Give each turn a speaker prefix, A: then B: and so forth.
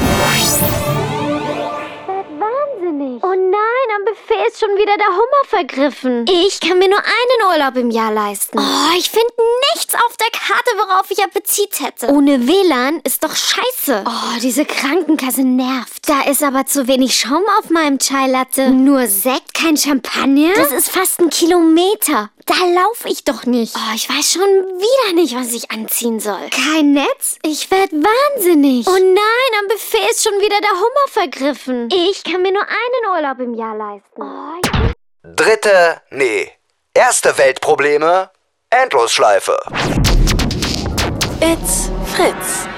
A: Oh
B: ist schon wieder der Hummer vergriffen.
A: Ich kann mir nur einen Urlaub im Jahr leisten. Oh, ich finde nichts auf der Karte, worauf ich Appetit hätte. Ohne WLAN ist doch scheiße.
B: Oh, diese Krankenkasse nervt.
A: Da ist aber zu wenig Schaum auf meinem Chai Latte.
B: Nur Sekt, kein Champagner?
A: Das ist fast ein Kilometer. Da laufe ich doch nicht. Oh, ich weiß schon wieder nicht, was ich anziehen soll.
B: Kein Netz? Ich werd wahnsinnig.
A: Oh nein, am Buffet ist schon wieder der Hummer vergriffen.
B: Ich kann mir nur einen Urlaub im Jahr leisten.
A: Oh,
C: Dritte, nee. Erste Weltprobleme, Endlosschleife.
D: It's Fritz.